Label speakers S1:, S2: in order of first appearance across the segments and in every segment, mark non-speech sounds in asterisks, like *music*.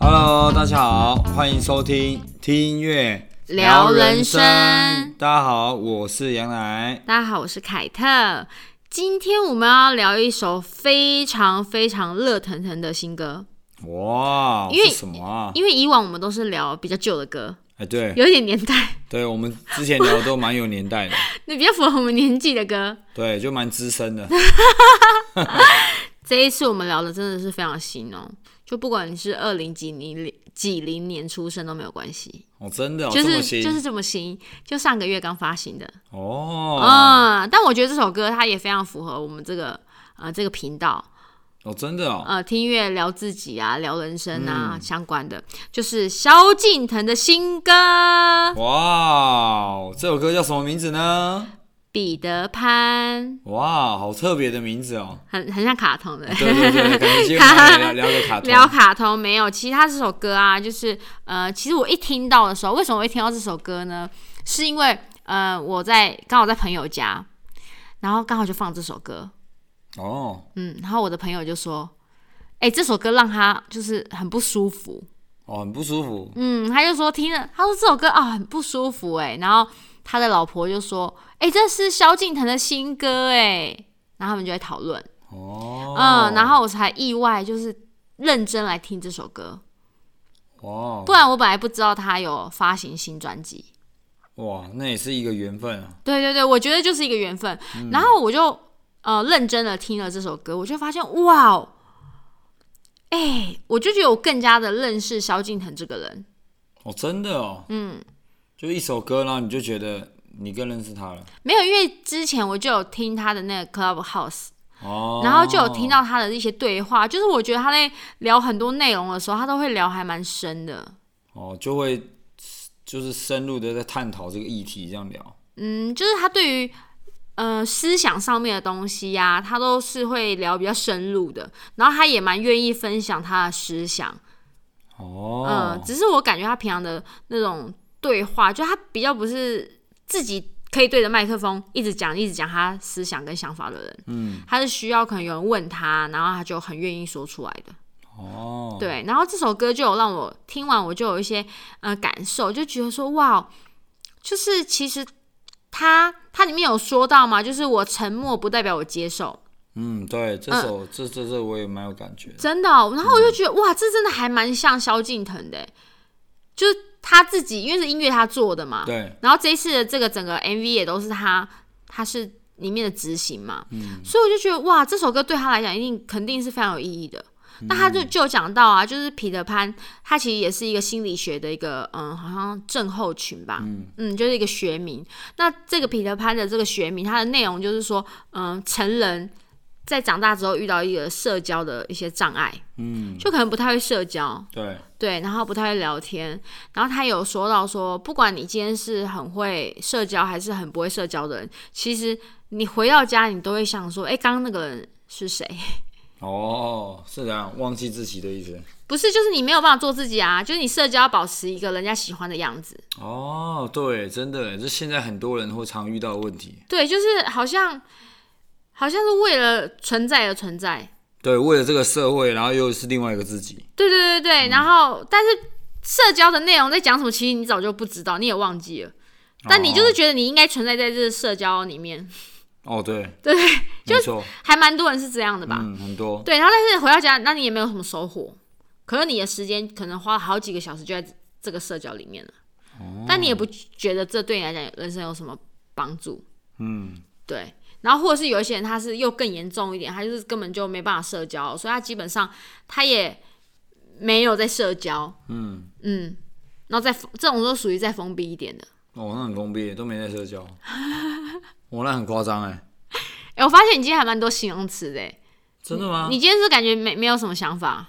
S1: Hello，大家好，欢迎收听听音乐
S2: 聊人生
S1: 大家好，我是杨乃。
S2: 大家好，我是凯特。今天我们要聊一首非常非常热腾腾的新歌，
S1: 哇，
S2: 因为
S1: 是什么啊？
S2: 因为以往我们都是聊比较旧的歌，
S1: 哎，对，
S2: 有一点年代， *laughs*
S1: 对我们之前聊的都蛮有年代的， *laughs*
S2: 那比较符合我们年纪的歌。
S1: 对，就蛮资深的。
S2: 这一次我们聊的真的是非常新哦，就不管你是二零几零几零年出生都没有关系，
S1: 哦，真的、哦，
S2: 就
S1: 这么
S2: 是
S1: 新、
S2: 就是这么新，就上个月刚发行的。
S1: 哦，
S2: 嗯，但我觉得这首歌它也非常符合我们这个呃这个频道，
S1: 哦，真的哦，
S2: 呃，听音乐聊自己啊，聊人生啊，相关的，就是萧敬腾的新歌《
S1: 哇，这首歌叫什么名字呢？
S2: 彼得潘》
S1: 哇，好特别的名字哦。
S2: 很，很像卡通的。
S1: 对对对，感觉今天我们来聊聊个卡通。
S2: *laughs* 聊卡通没有，其实他这首歌啊，就是呃，其实我一听到的时候，为什么我会听到这首歌呢？是因为呃，我在刚好在朋友家，然后刚好就放这首歌，
S1: 哦，
S2: 嗯，然后我的朋友就说，哎、这首歌让他就是很不舒服，
S1: 哦，很不舒服。
S2: 嗯，他就说听了，他说这首歌啊、很不舒服哎，然后他的老婆就说，哎、这是萧敬腾的新歌哎，然后他们就在讨论，
S1: 哦，
S2: 嗯，然后我才意外就是认真来听这首歌，
S1: 哇
S2: 不然我本来不知道他有发行新专辑。
S1: 哇，那也是一个缘分啊。
S2: 对对对，我觉得就是一个缘分。然后我就呃认真的听了这首歌，我就发现哇哦，哎、我就觉得我更加的认识萧敬腾这个人。
S1: 哦，真的哦，嗯，就一首歌，然后你就觉得你更认识他了。
S2: 没有，因为之前我就有听他的那个 Clubhouse，
S1: 哦，
S2: 然后就有听到他的一些对话，就是我觉得他在聊很多内容的时候，他都会聊还蛮深的。
S1: 哦，就会就是深入的在探讨这个议题，这样聊。
S2: 嗯，就是他对于呃思想上面的东西呀、他都是会聊比较深入的，然后他也蛮愿意分享他的思想。
S1: 哦，
S2: 嗯，只是我感觉他平常的那种对话，就他比较不是自己可以对着麦克风一直讲、一直讲他思想跟想法的人，嗯，他是需要可能有人问他，然后他就很愿意说出来的，
S1: 哦，
S2: 对。然后这首歌就有让我听完，我就有一些呃感受，就觉得说哇，哦就是其实他他里面有说到嘛，就是我沉默不代表我接受，
S1: 嗯，对，这首、这这这我也蛮有感觉的。
S2: 真的哦、然后我就觉得、哇，这真的还蛮像萧敬腾的，欸就是他自己，因为是音乐他做的嘛。
S1: 对，
S2: 然后这一次的这个整个 MV 也都是他，他是里面的执行嘛，所以我就觉得哇，这首歌对他来讲一定肯定是非常有意义的。那他就就有讲到啊，就是彼得潘，他其实也是一个心理学的一个嗯，好像症候群吧，嗯就是一个学名。那这个彼得潘的这个学名，它的内容就是说，嗯，成人在长大之后遇到一个社交的一些障碍，
S1: 嗯，
S2: 就可能不太会社交，
S1: 对，
S2: 对，然后不太会聊天，然后他有说到说，不管你今天是很会社交还是很不会社交的人，其实你回到家你都会想说，哎，刚刚那个人是谁？ *laughs*
S1: 哦，是这样，忘记自己的意思。
S2: 不是，就是你没有办法做自己啊，就是你社交要保持一个人家喜欢的样子。
S1: 哦，对，真的，这现在很多人会常遇到的问题。
S2: 对，就是好像好像是为了存在而存在。
S1: 对，为了这个社会，然后又是另外一个自己。
S2: 对对对对，然后但是社交的内容在讲什么，其实你早就不知道，你也忘记了。但你就是觉得你应该存在在这个社交里面，
S1: 哦，对，
S2: 对，
S1: 没错，
S2: 还蛮多人是这样的吧？
S1: 嗯，很多。
S2: 对，然后但是回到家，那你也没有什么收获，可是你的时间可能花了好几个小时就在这个社交里面了，但你也不觉得这对你来讲人生有什么帮助，
S1: 嗯，
S2: 对。然后或者是有一些人他是又更严重一点，他就是根本就没办法社交，所以他基本上他也没有在社交，嗯嗯，然后在这种都属于再封闭一点的。
S1: 哦，那很封闭，都没在社交。 *laughs* 我、那很夸张哎，
S2: 哎，我发现你今天还蛮多形容词的诶，
S1: 真的吗？
S2: 你今天是感觉没没有什么想法？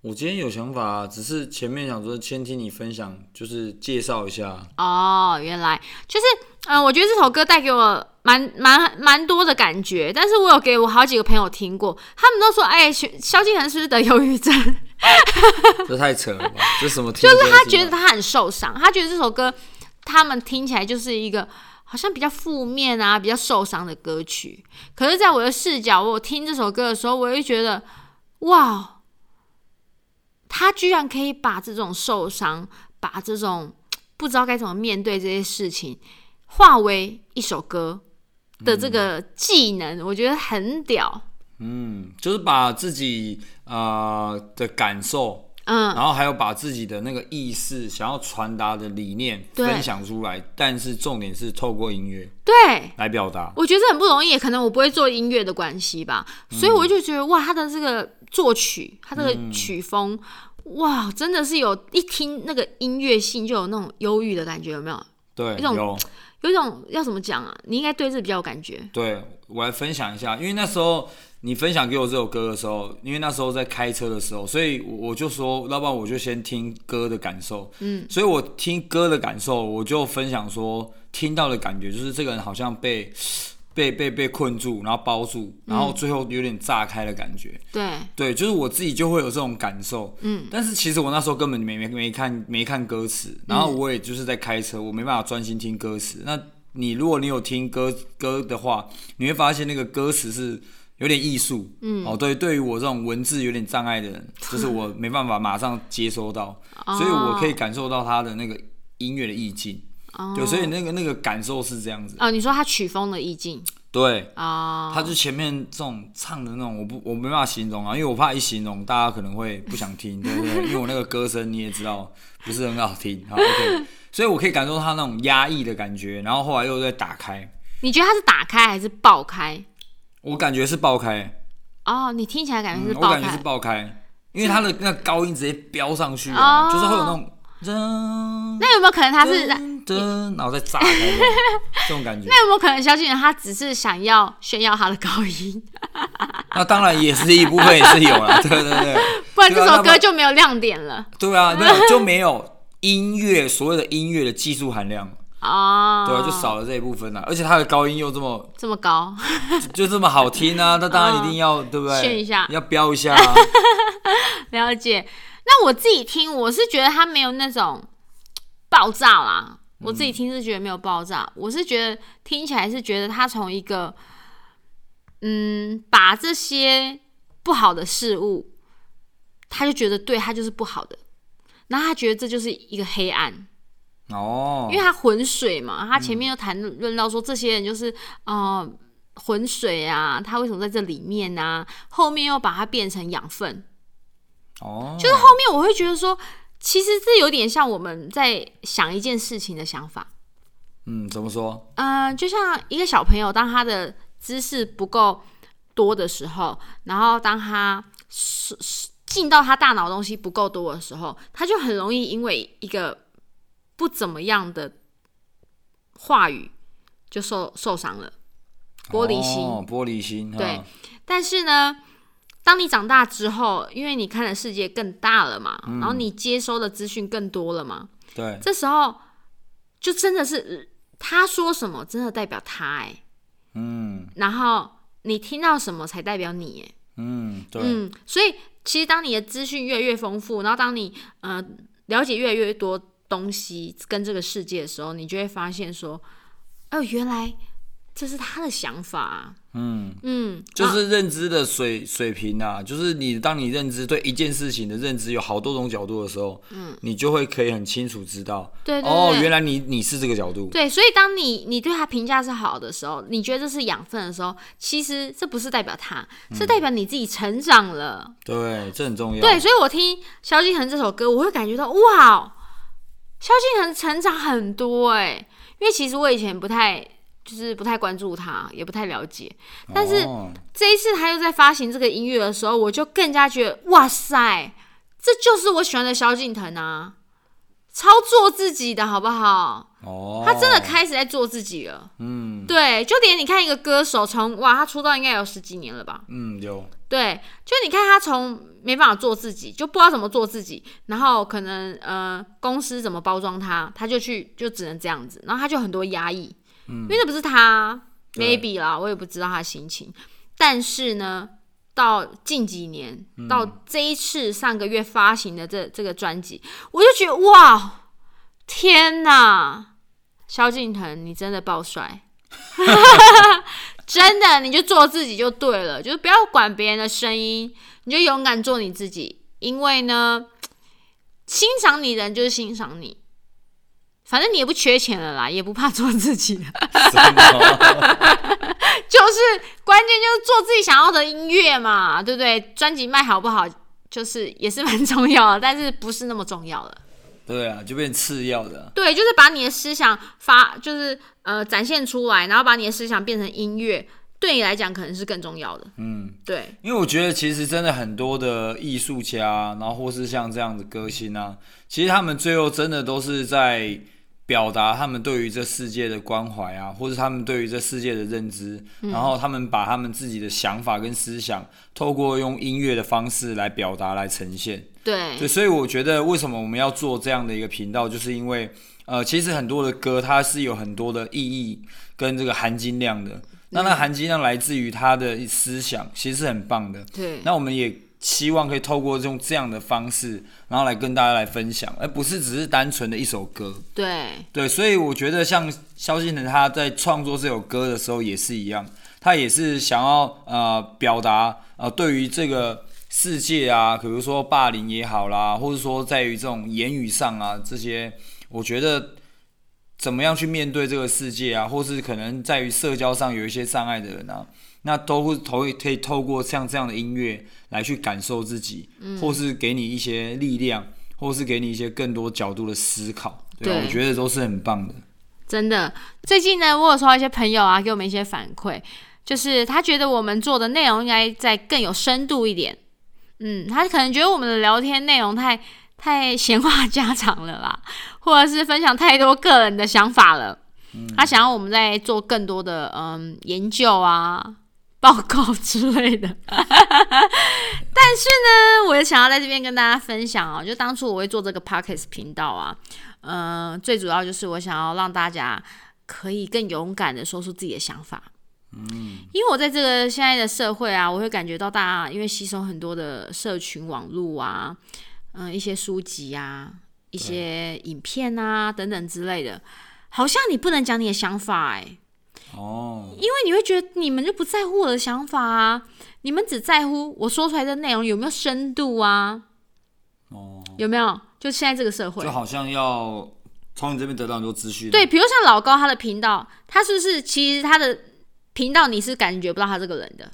S1: 我今天有想法、啊，只是前面想说先听你分享，就是介绍一下。 *laughs*
S2: 哦，原来就是，嗯、我觉得这首歌带给我蛮蛮蛮多的感觉，但是我有给我好几个朋友听过，他们都说，哎、萧萧敬腾是不是得忧郁症？
S1: 这太扯了吧？这什么听歌听到？就是
S2: 他觉得他很受伤，他觉得这首歌他们听起来就是一个好像比较负面啊、比较受伤的歌曲。可是，在我的视角，我听这首歌的时候，我会觉得，哇，他居然可以把这种受伤、把这种不知道该怎么面对这些事情，化为一首歌的这个技能，我觉得很屌。
S1: 嗯，就是把自己呃的感受，
S2: 嗯，
S1: 然后还有把自己的那个意识想要传达的理念
S2: 对
S1: 分享出来，但是重点是透过音乐
S2: 对。
S1: 来表达。
S2: 我觉得这很不容易，也可能我不会做音乐的关系吧，
S1: 嗯
S2: 所以我就觉得哇，他的这个作曲，他这个曲风，哇，真的是有一听那个音乐性就有那种忧郁的感觉，有没有？
S1: 对，
S2: 一种
S1: 有
S2: 有一种要怎么讲啊？你应该对这比较有感觉。
S1: 对，我来分享一下，因为那时候你分享给我这首歌的时候，因为那时候在开车的时候，所以我我就说，要不然我就先听歌的感受，嗯，所以我听歌的感受，我就分享说听到的感觉，就是这个人好像被被被被困住，然后包住，然后最后有点炸开的感觉，
S2: 对，
S1: 对，就是我自己就会有这种感受，嗯，但是其实我那时候根本没没没看没看歌词，然后我也就是在开车，我没办法专心听歌词。那你如果你有听歌歌的话，你会发现那个歌词是有点艺术，嗯，哦，对，对于我这种文字有点障碍的人，就是我没办法马上接收 *laughs* 到，所以我可以感受到他的那个音乐的意境，
S2: 哦
S1: 对，所以那个那个感受是这样子，
S2: 哦，你说他曲风的意境
S1: 对，
S2: 啊、
S1: 他就前面这种唱的那种，我不我没办法形容啊，因为我怕一形容大家可能会不想听，对不
S2: *laughs*
S1: 对？因为我那个歌声你也知道不是很好听，好 OK，所以我可以感受到他那种压抑的感觉，然后后来又在打开，
S2: 你觉得他是打开还是爆开？
S1: 我感觉是爆开，
S2: 哦，你听起来感觉
S1: 嗯
S2: 是
S1: 我
S2: 爆
S1: 感
S2: 开
S1: 觉是爆开，因为他的那个高音直接飙上去
S2: 哦
S1: 啊，就是会有那种噔，
S2: 那有没有可能他
S1: 嗯
S2: 是？那
S1: 噔噔，然后再炸开这种这种感
S2: *laughs*
S1: 觉。
S2: 有没有可能萧敬腾他只是想要炫耀他的高音，
S1: 那当然也是一部分也是有啦，对对对。
S2: 不然这
S1: 对啊
S2: 首
S1: 那
S2: 歌
S1: 么
S2: 就没有亮点了
S1: 对
S2: *laughs*
S1: 啊，没有就没有音乐所谓的音乐的技术含量，
S2: 哦。
S1: 对啊，就少了这一部分啦、而且他的高音又这么
S2: 这么高。 *laughs*
S1: 就这么好听啊，那当然一定要、对不对？
S2: 炫一下
S1: 要飙一下、
S2: *laughs*
S1: 啊。
S2: 了解。那我自己听，我是觉得它没有那种爆炸啦。我自己听是觉得没有爆炸，我是觉得听起来是觉得它从一个，嗯，把这些不好的事物，他就觉得对他就是不好的，然后他觉得这就是一个黑暗，
S1: 哦
S2: 因为，他浑水嘛，他前面又谈论到说这些人就是呃浑水啊，他为什么在这里面啊？后面又把它变成养分，
S1: 哦，
S2: 就是后面我会觉得说，其实这有点像我们在想一件事情的想法。
S1: 嗯，怎么说？
S2: 嗯、就像一个小朋友，当他的知识不够多的时候，然后当他是是进到他大脑的东西不够多的时候，他就很容易因为一个不怎么样的话语就受受伤了，玻璃心。
S1: 哦、玻璃心，哈
S2: 对，但是呢，当你长大之后，因为你看的世界更大了嘛，然后你接收的资讯更多了嘛，
S1: 对，
S2: 这时候就真的是呃他说什么，真的代表他哎、
S1: 嗯
S2: 然后你听到什么才代表你哎、
S1: 嗯，对，
S2: 嗯，所以其实当你的资讯越来越丰富，然后当你呃了解越来越多东西跟这个世界的时候，你就会发现说，哦，原来这是他的想法、啊，
S1: 嗯，
S2: 嗯，
S1: 就是认知的水水平啊，就是你当你认知对一件事情的认知有好多种角度的时候，嗯，你就会可以很清楚知道，
S2: 对对对
S1: 哦，原来你你是这个角度，
S2: 对，所以当你你对他评价是好的时候，你觉得这是养分的时候，其实这不是代表他，是代表你自己成长了。
S1: 对，这很重要。
S2: 对，所以我听萧敬腾这首歌，我会感觉到哇，哦萧敬腾成长很多哎、因为其实我以前不太就是不太关注他，也不太了解，但是
S1: 哦
S2: 这一次他又在发行这个音乐的时候，我就更加觉得哇塞，这就是我喜欢的萧敬腾啊，超做自己的好不好？
S1: 哦，
S2: 他真的开始在做自己了。
S1: 嗯
S2: 对，就连你看一个歌手从哇，他出道应该有十几年了吧？
S1: 嗯有 *laughs*
S2: 对，就你看他从没办法做自己，就不知道怎么做自己，然后可能呃公司怎么包装他，他就去就只能这样子，然后他就很多压抑，因为那不是他
S1: 对
S2: ，maybe 啦，我也不知道他的心情。但是呢，到近几年，到这一次上个月发行的这这个专辑，我就觉得哇，天哪！萧敬腾，你真的爆帅，真的，你就做自己就对了，就是不要管别人的声音，你就勇敢做你自己，因为呢，欣赏你的人就是欣赏你，反正你也不缺钱了啦，也不怕做自己了，
S1: 什么？
S2: *laughs* 就是关键就是做自己想要的音乐嘛，对不对？专辑卖好不好，就是也是蛮重要的，但是不是那么重要了。
S1: 对啊，就变次要的啊、
S2: 对，就是把你的思想发，就是呃展现出来，然后把你的思想变成音乐，对你来讲可能是更重要的。嗯，对，
S1: 因为我觉得其实真的很多的艺术家，然后或是像这样的歌星啊，其实他们最后真的都是在表达他们对于这世界的关怀啊，或是他们对于这世界的认知，然后他们把他们自己的想法跟思想，透过用音乐的方式来表达来呈现。对，
S2: 对，
S1: 所以我觉得为什么我们要做这样的一个频道，就是因为呃，其实很多的歌它是有很多的意义跟这个含金量的。那那含金量来自于他的思想，其实是很棒的。
S2: 对，
S1: 那我们也希望可以透过用这样的方式，然后来跟大家来分享，而不是只是单纯的一首歌。
S2: 对，
S1: 对，所以我觉得像萧敬腾他在创作这首歌的时候也是一样，他也是想要呃表达呃对于这个世界啊，比如说霸凌也好啦，或者说在于这种言语上啊这些，我觉得怎么样去面对这个世界啊，或是可能在于社交上有一些障碍的人啊，那都会投可以透过像这样的音乐来去感受自己，
S2: 嗯
S1: 或是给你一些力量，或是给你一些更多角度的思考。对啊，
S2: 对
S1: 我觉得都是很棒的。
S2: 真的。最近呢，我有收到一些朋友啊，给我们一些反馈，就是他觉得我们做的内容应该再更有深度一点。嗯，他可能觉得我们的聊天内容太太闲话家常了啦， *laughs* 或者是分享太多个人的想法了。他想要我们再做更多的嗯研究啊、 *laughs* 报告之类的。 *laughs* 但是呢，我也想要在这边跟大家分享哦，就当初我会做这个 Pockets 频道啊，嗯、最主要就是我想要让大家可以更勇敢的说出自己的想法。嗯，因为我在这个现在的社会啊，我会感觉到大家因为吸收很多的社群网络啊，嗯、一些书籍啊，一些影片啊等等之类的，好像你不能讲你的想法哎、
S1: 哦，
S2: 因为你会觉得你们就不在乎我的想法啊，你们只在乎我说出来的内容有没有深度啊，
S1: 哦，
S2: 有没有？就现在这个社会
S1: 就，好像要从你这边得到很多资讯。啊
S2: 对，比如像老高他的频道，他是不是其实他的频道你是感觉不到他这个人的？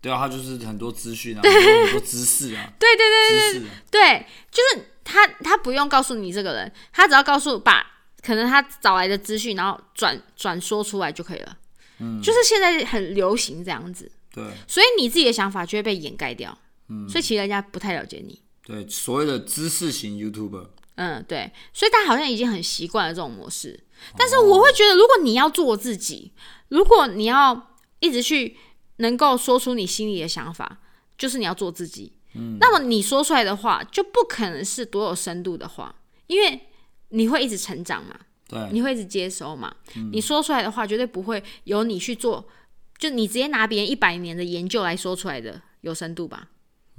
S1: 对啊，他就是很多资讯啊，很多很多知识啊，
S2: *laughs* 对对对，
S1: 知识啊、
S2: 对，就是他他不用告诉你这个人，他只要告诉把可能他找来的资讯，然后转转说出来就可以了。嗯，就是现在很流行这样子，
S1: 对
S2: 所以你自己的想法就会被掩盖掉。嗯，所以其实人家不太了解你。
S1: 对，所谓的知识型 YouTuber，
S2: 嗯，对，所以他好像已经很习惯了这种模式。但是我会觉得，如果你要做自己，如果你要一直去能够说出你心里的想法，就是你要做自己。嗯，那么你说出来的话就不可能是多有深度的话，因为你会一直成长嘛，
S1: 对
S2: 你会一直接收嘛，你说出来的话绝对不会由你去做，就你直接拿别人一百年的研究来说出来的有深度吧。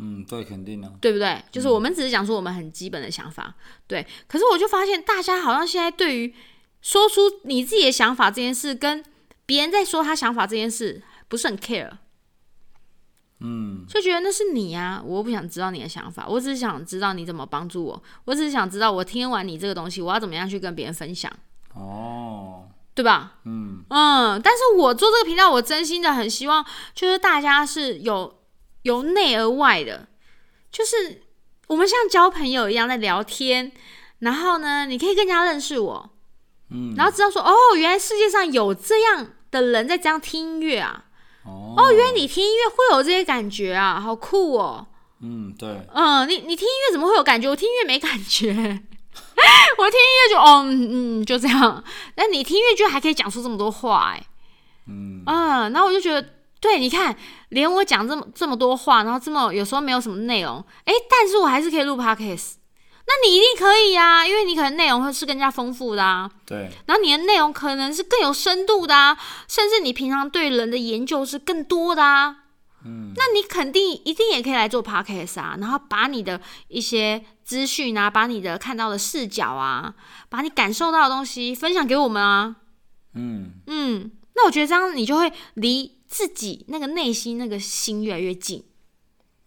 S1: 嗯，对，肯定啊，
S2: 对不对？就是我们只是讲出我们很基本的想法，对。可是我就发现，大家好像现在对于说出你自己的想法这件事，跟别人在说他想法这件事，不是很 care。嗯，就觉得那是你呀、我又不想知道你的想法，我只是想知道你怎么帮助我，我只是想知道我听完你这个东西，我要怎么样去跟别人分享。
S1: 哦，
S2: 对吧？嗯但是我做这个频道，我真心的很希望，就是大家是有由内而外的，就是我们像交朋友一样在聊天，然后呢，你可以更加认识我，嗯，然后知道说，哦，原来世界上有这样的人在这样听音乐啊，
S1: 哦，
S2: 哦，原来你听音乐会有这些感觉啊，好酷哦，
S1: 嗯，对，
S2: 嗯，你你听音乐怎么会有感觉？我听音乐没感觉，我 *laughs* 听音乐就哦嗯嗯就这样。那你听音乐居然还可以讲出这么多话、哎，
S1: 嗯，
S2: 嗯，然后我就觉得，对，你看，连我讲这么这么多话，然后这么有时候没有什么内容，哎、但是我还是可以录 podcast。那你一定可以啊，因为你可能内容会是更加丰富的啊，
S1: 对，
S2: 然后你的内容可能是更有深度的啊，甚至你平常对人的研究是更多的啊。嗯，那你肯定一定也可以来做 podcast 啊，然后把你的一些资讯啊，把你的看到的视角啊，把你感受到的东西分享给我们啊。
S1: 嗯，
S2: 嗯，那我觉得这样你就会离自己那个内心那个心越来越近，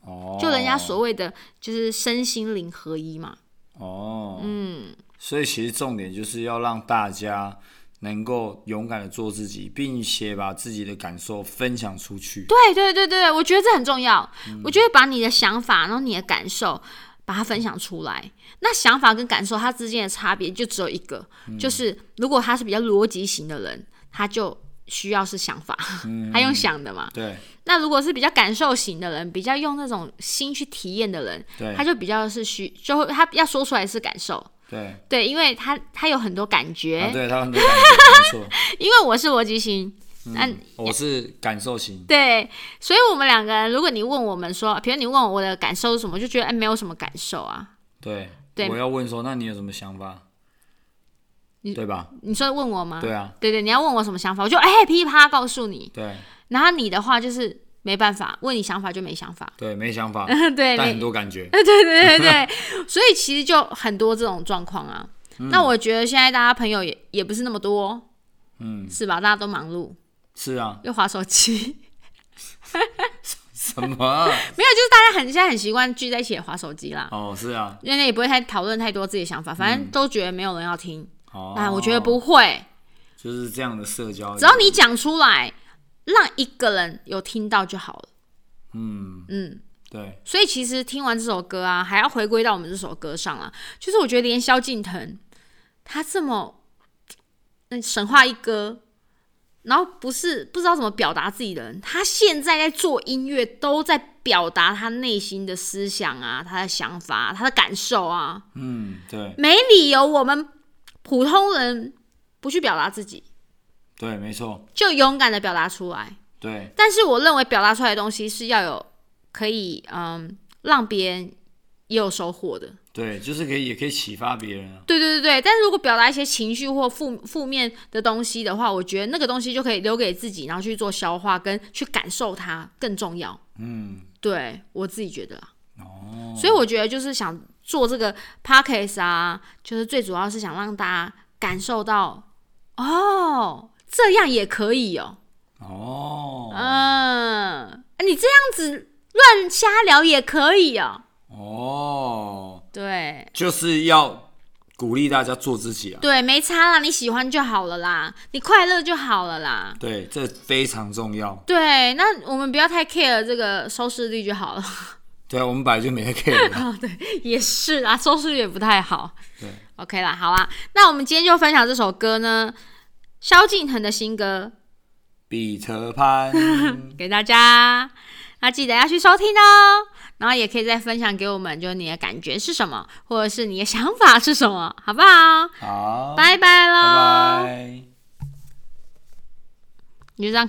S1: 哦，
S2: 就人家所谓的就是身心灵合一嘛。
S1: 哦，嗯，所以其实重点就是要让大家能够勇敢的做自己，并且把自己的感受分享出去。
S2: 对对对对，我觉得这很重要。我觉得把你的想法，然后你的感受，把它分享出来。那想法跟感受它之间的差别就只有一个，就是如果他是比较逻辑型的人，他就需要是想法，他用想的嘛。
S1: 对
S2: 那如果是比较感受型的人，比较用那种心去体验的人，
S1: 对
S2: 他就比较是需，就会他要说出来是感受。
S1: 对，
S2: 对，因为他他有很多感觉，
S1: 啊，对他有很多感觉，没错，
S2: 因为我是逻辑型，那、 *laughs*
S1: 我是感受型。
S2: 对，所以我们两个人，如果你问我们说，比如你问我的感受是什么，我就觉得哎，没有什么感受啊。
S1: 对，
S2: 对
S1: 我要问说，那你有什么想法？对吧？
S2: 你说问我吗？
S1: 对啊，
S2: 对对，你要问我什么想法，我就哎噼啪告诉你。
S1: 对
S2: 然后你的话就是没办法，问你想法就没想法。 *laughs*
S1: 对，没想法，
S2: 对，
S1: 但
S2: 哎没
S1: 很多感
S2: *laughs*
S1: 觉。
S2: 对对对对对，
S1: *laughs*
S2: 所以其实就很多这种状况啊。那我觉得现在大家朋友也也不是那么多，
S1: 嗯，
S2: 是吧？大家都忙碌，
S1: 是啊，
S2: 又划手机， *laughs*
S1: 什么啊？
S2: 没有，就是大家很现在很习惯聚在一起也划手机啦，
S1: 哦，嗯是啊，
S2: 因为也不会太讨论太多自己的想法，反正都觉得没有人要听。
S1: 哦，
S2: 啊，我觉得不会，
S1: 就是这样的社交，
S2: 只要你讲出来，让一个人有听到就好了。
S1: 嗯
S2: 嗯，
S1: 对，
S2: 所以其实听完这首歌啊，还要回归到我们这首歌上啊，就是我觉得连萧敬腾他这么嗯神话一哥，然后不是不知道怎么表达自己的人，他现在在做音乐，都在表达他内心的思想啊，他的想法啊、他的感受啊，
S1: 嗯对
S2: 没理由我们普通人不去表达自己，
S1: 对，没错，
S2: 就勇敢的表达出来。
S1: 对
S2: 但是我认为表达出来的东西是要有可以嗯让别人也有收获的。
S1: 对，就是可以也可以启发别人啊。
S2: 对对对对，但是如果表达一些情绪或负负面的东西的话，我觉得那个东西就可以留给自己，然后去做消化跟去感受它更重要。
S1: 嗯，
S2: 对我自己觉得啦，啊
S1: 哦，
S2: 所以我觉得就是想做这个 podcast 啊，就是最主要是想让大家感受到哦，这样也可以哦。啊
S1: 哦，
S2: 嗯，你这样子乱瞎聊也可以哦。
S1: 哦，
S2: 对
S1: 就是要鼓励大家做自己啊。
S2: 对，没差啦，你喜欢就好了啦，你快乐就好了啦。
S1: 对，这非常重要。
S2: 对，那我们不要太 care 这个收视率就好了。 *laughs*
S1: 对啊，我们本来就没在 *laughs* care 的。
S2: 哦，对，也是啊，收视率也不太好。
S1: 对，
S2: OK 啦，好啦，那我们今天就分享这首歌呢，萧敬腾的新歌
S1: 彼得潘，
S2: 给大家，那记得要去收听哦。然后也可以再分享给我们，就是你的感觉是什么，或者是你的想法是什么，好不好？
S1: 好，
S2: 拜拜喽，
S1: 拜拜。
S2: 你就这样。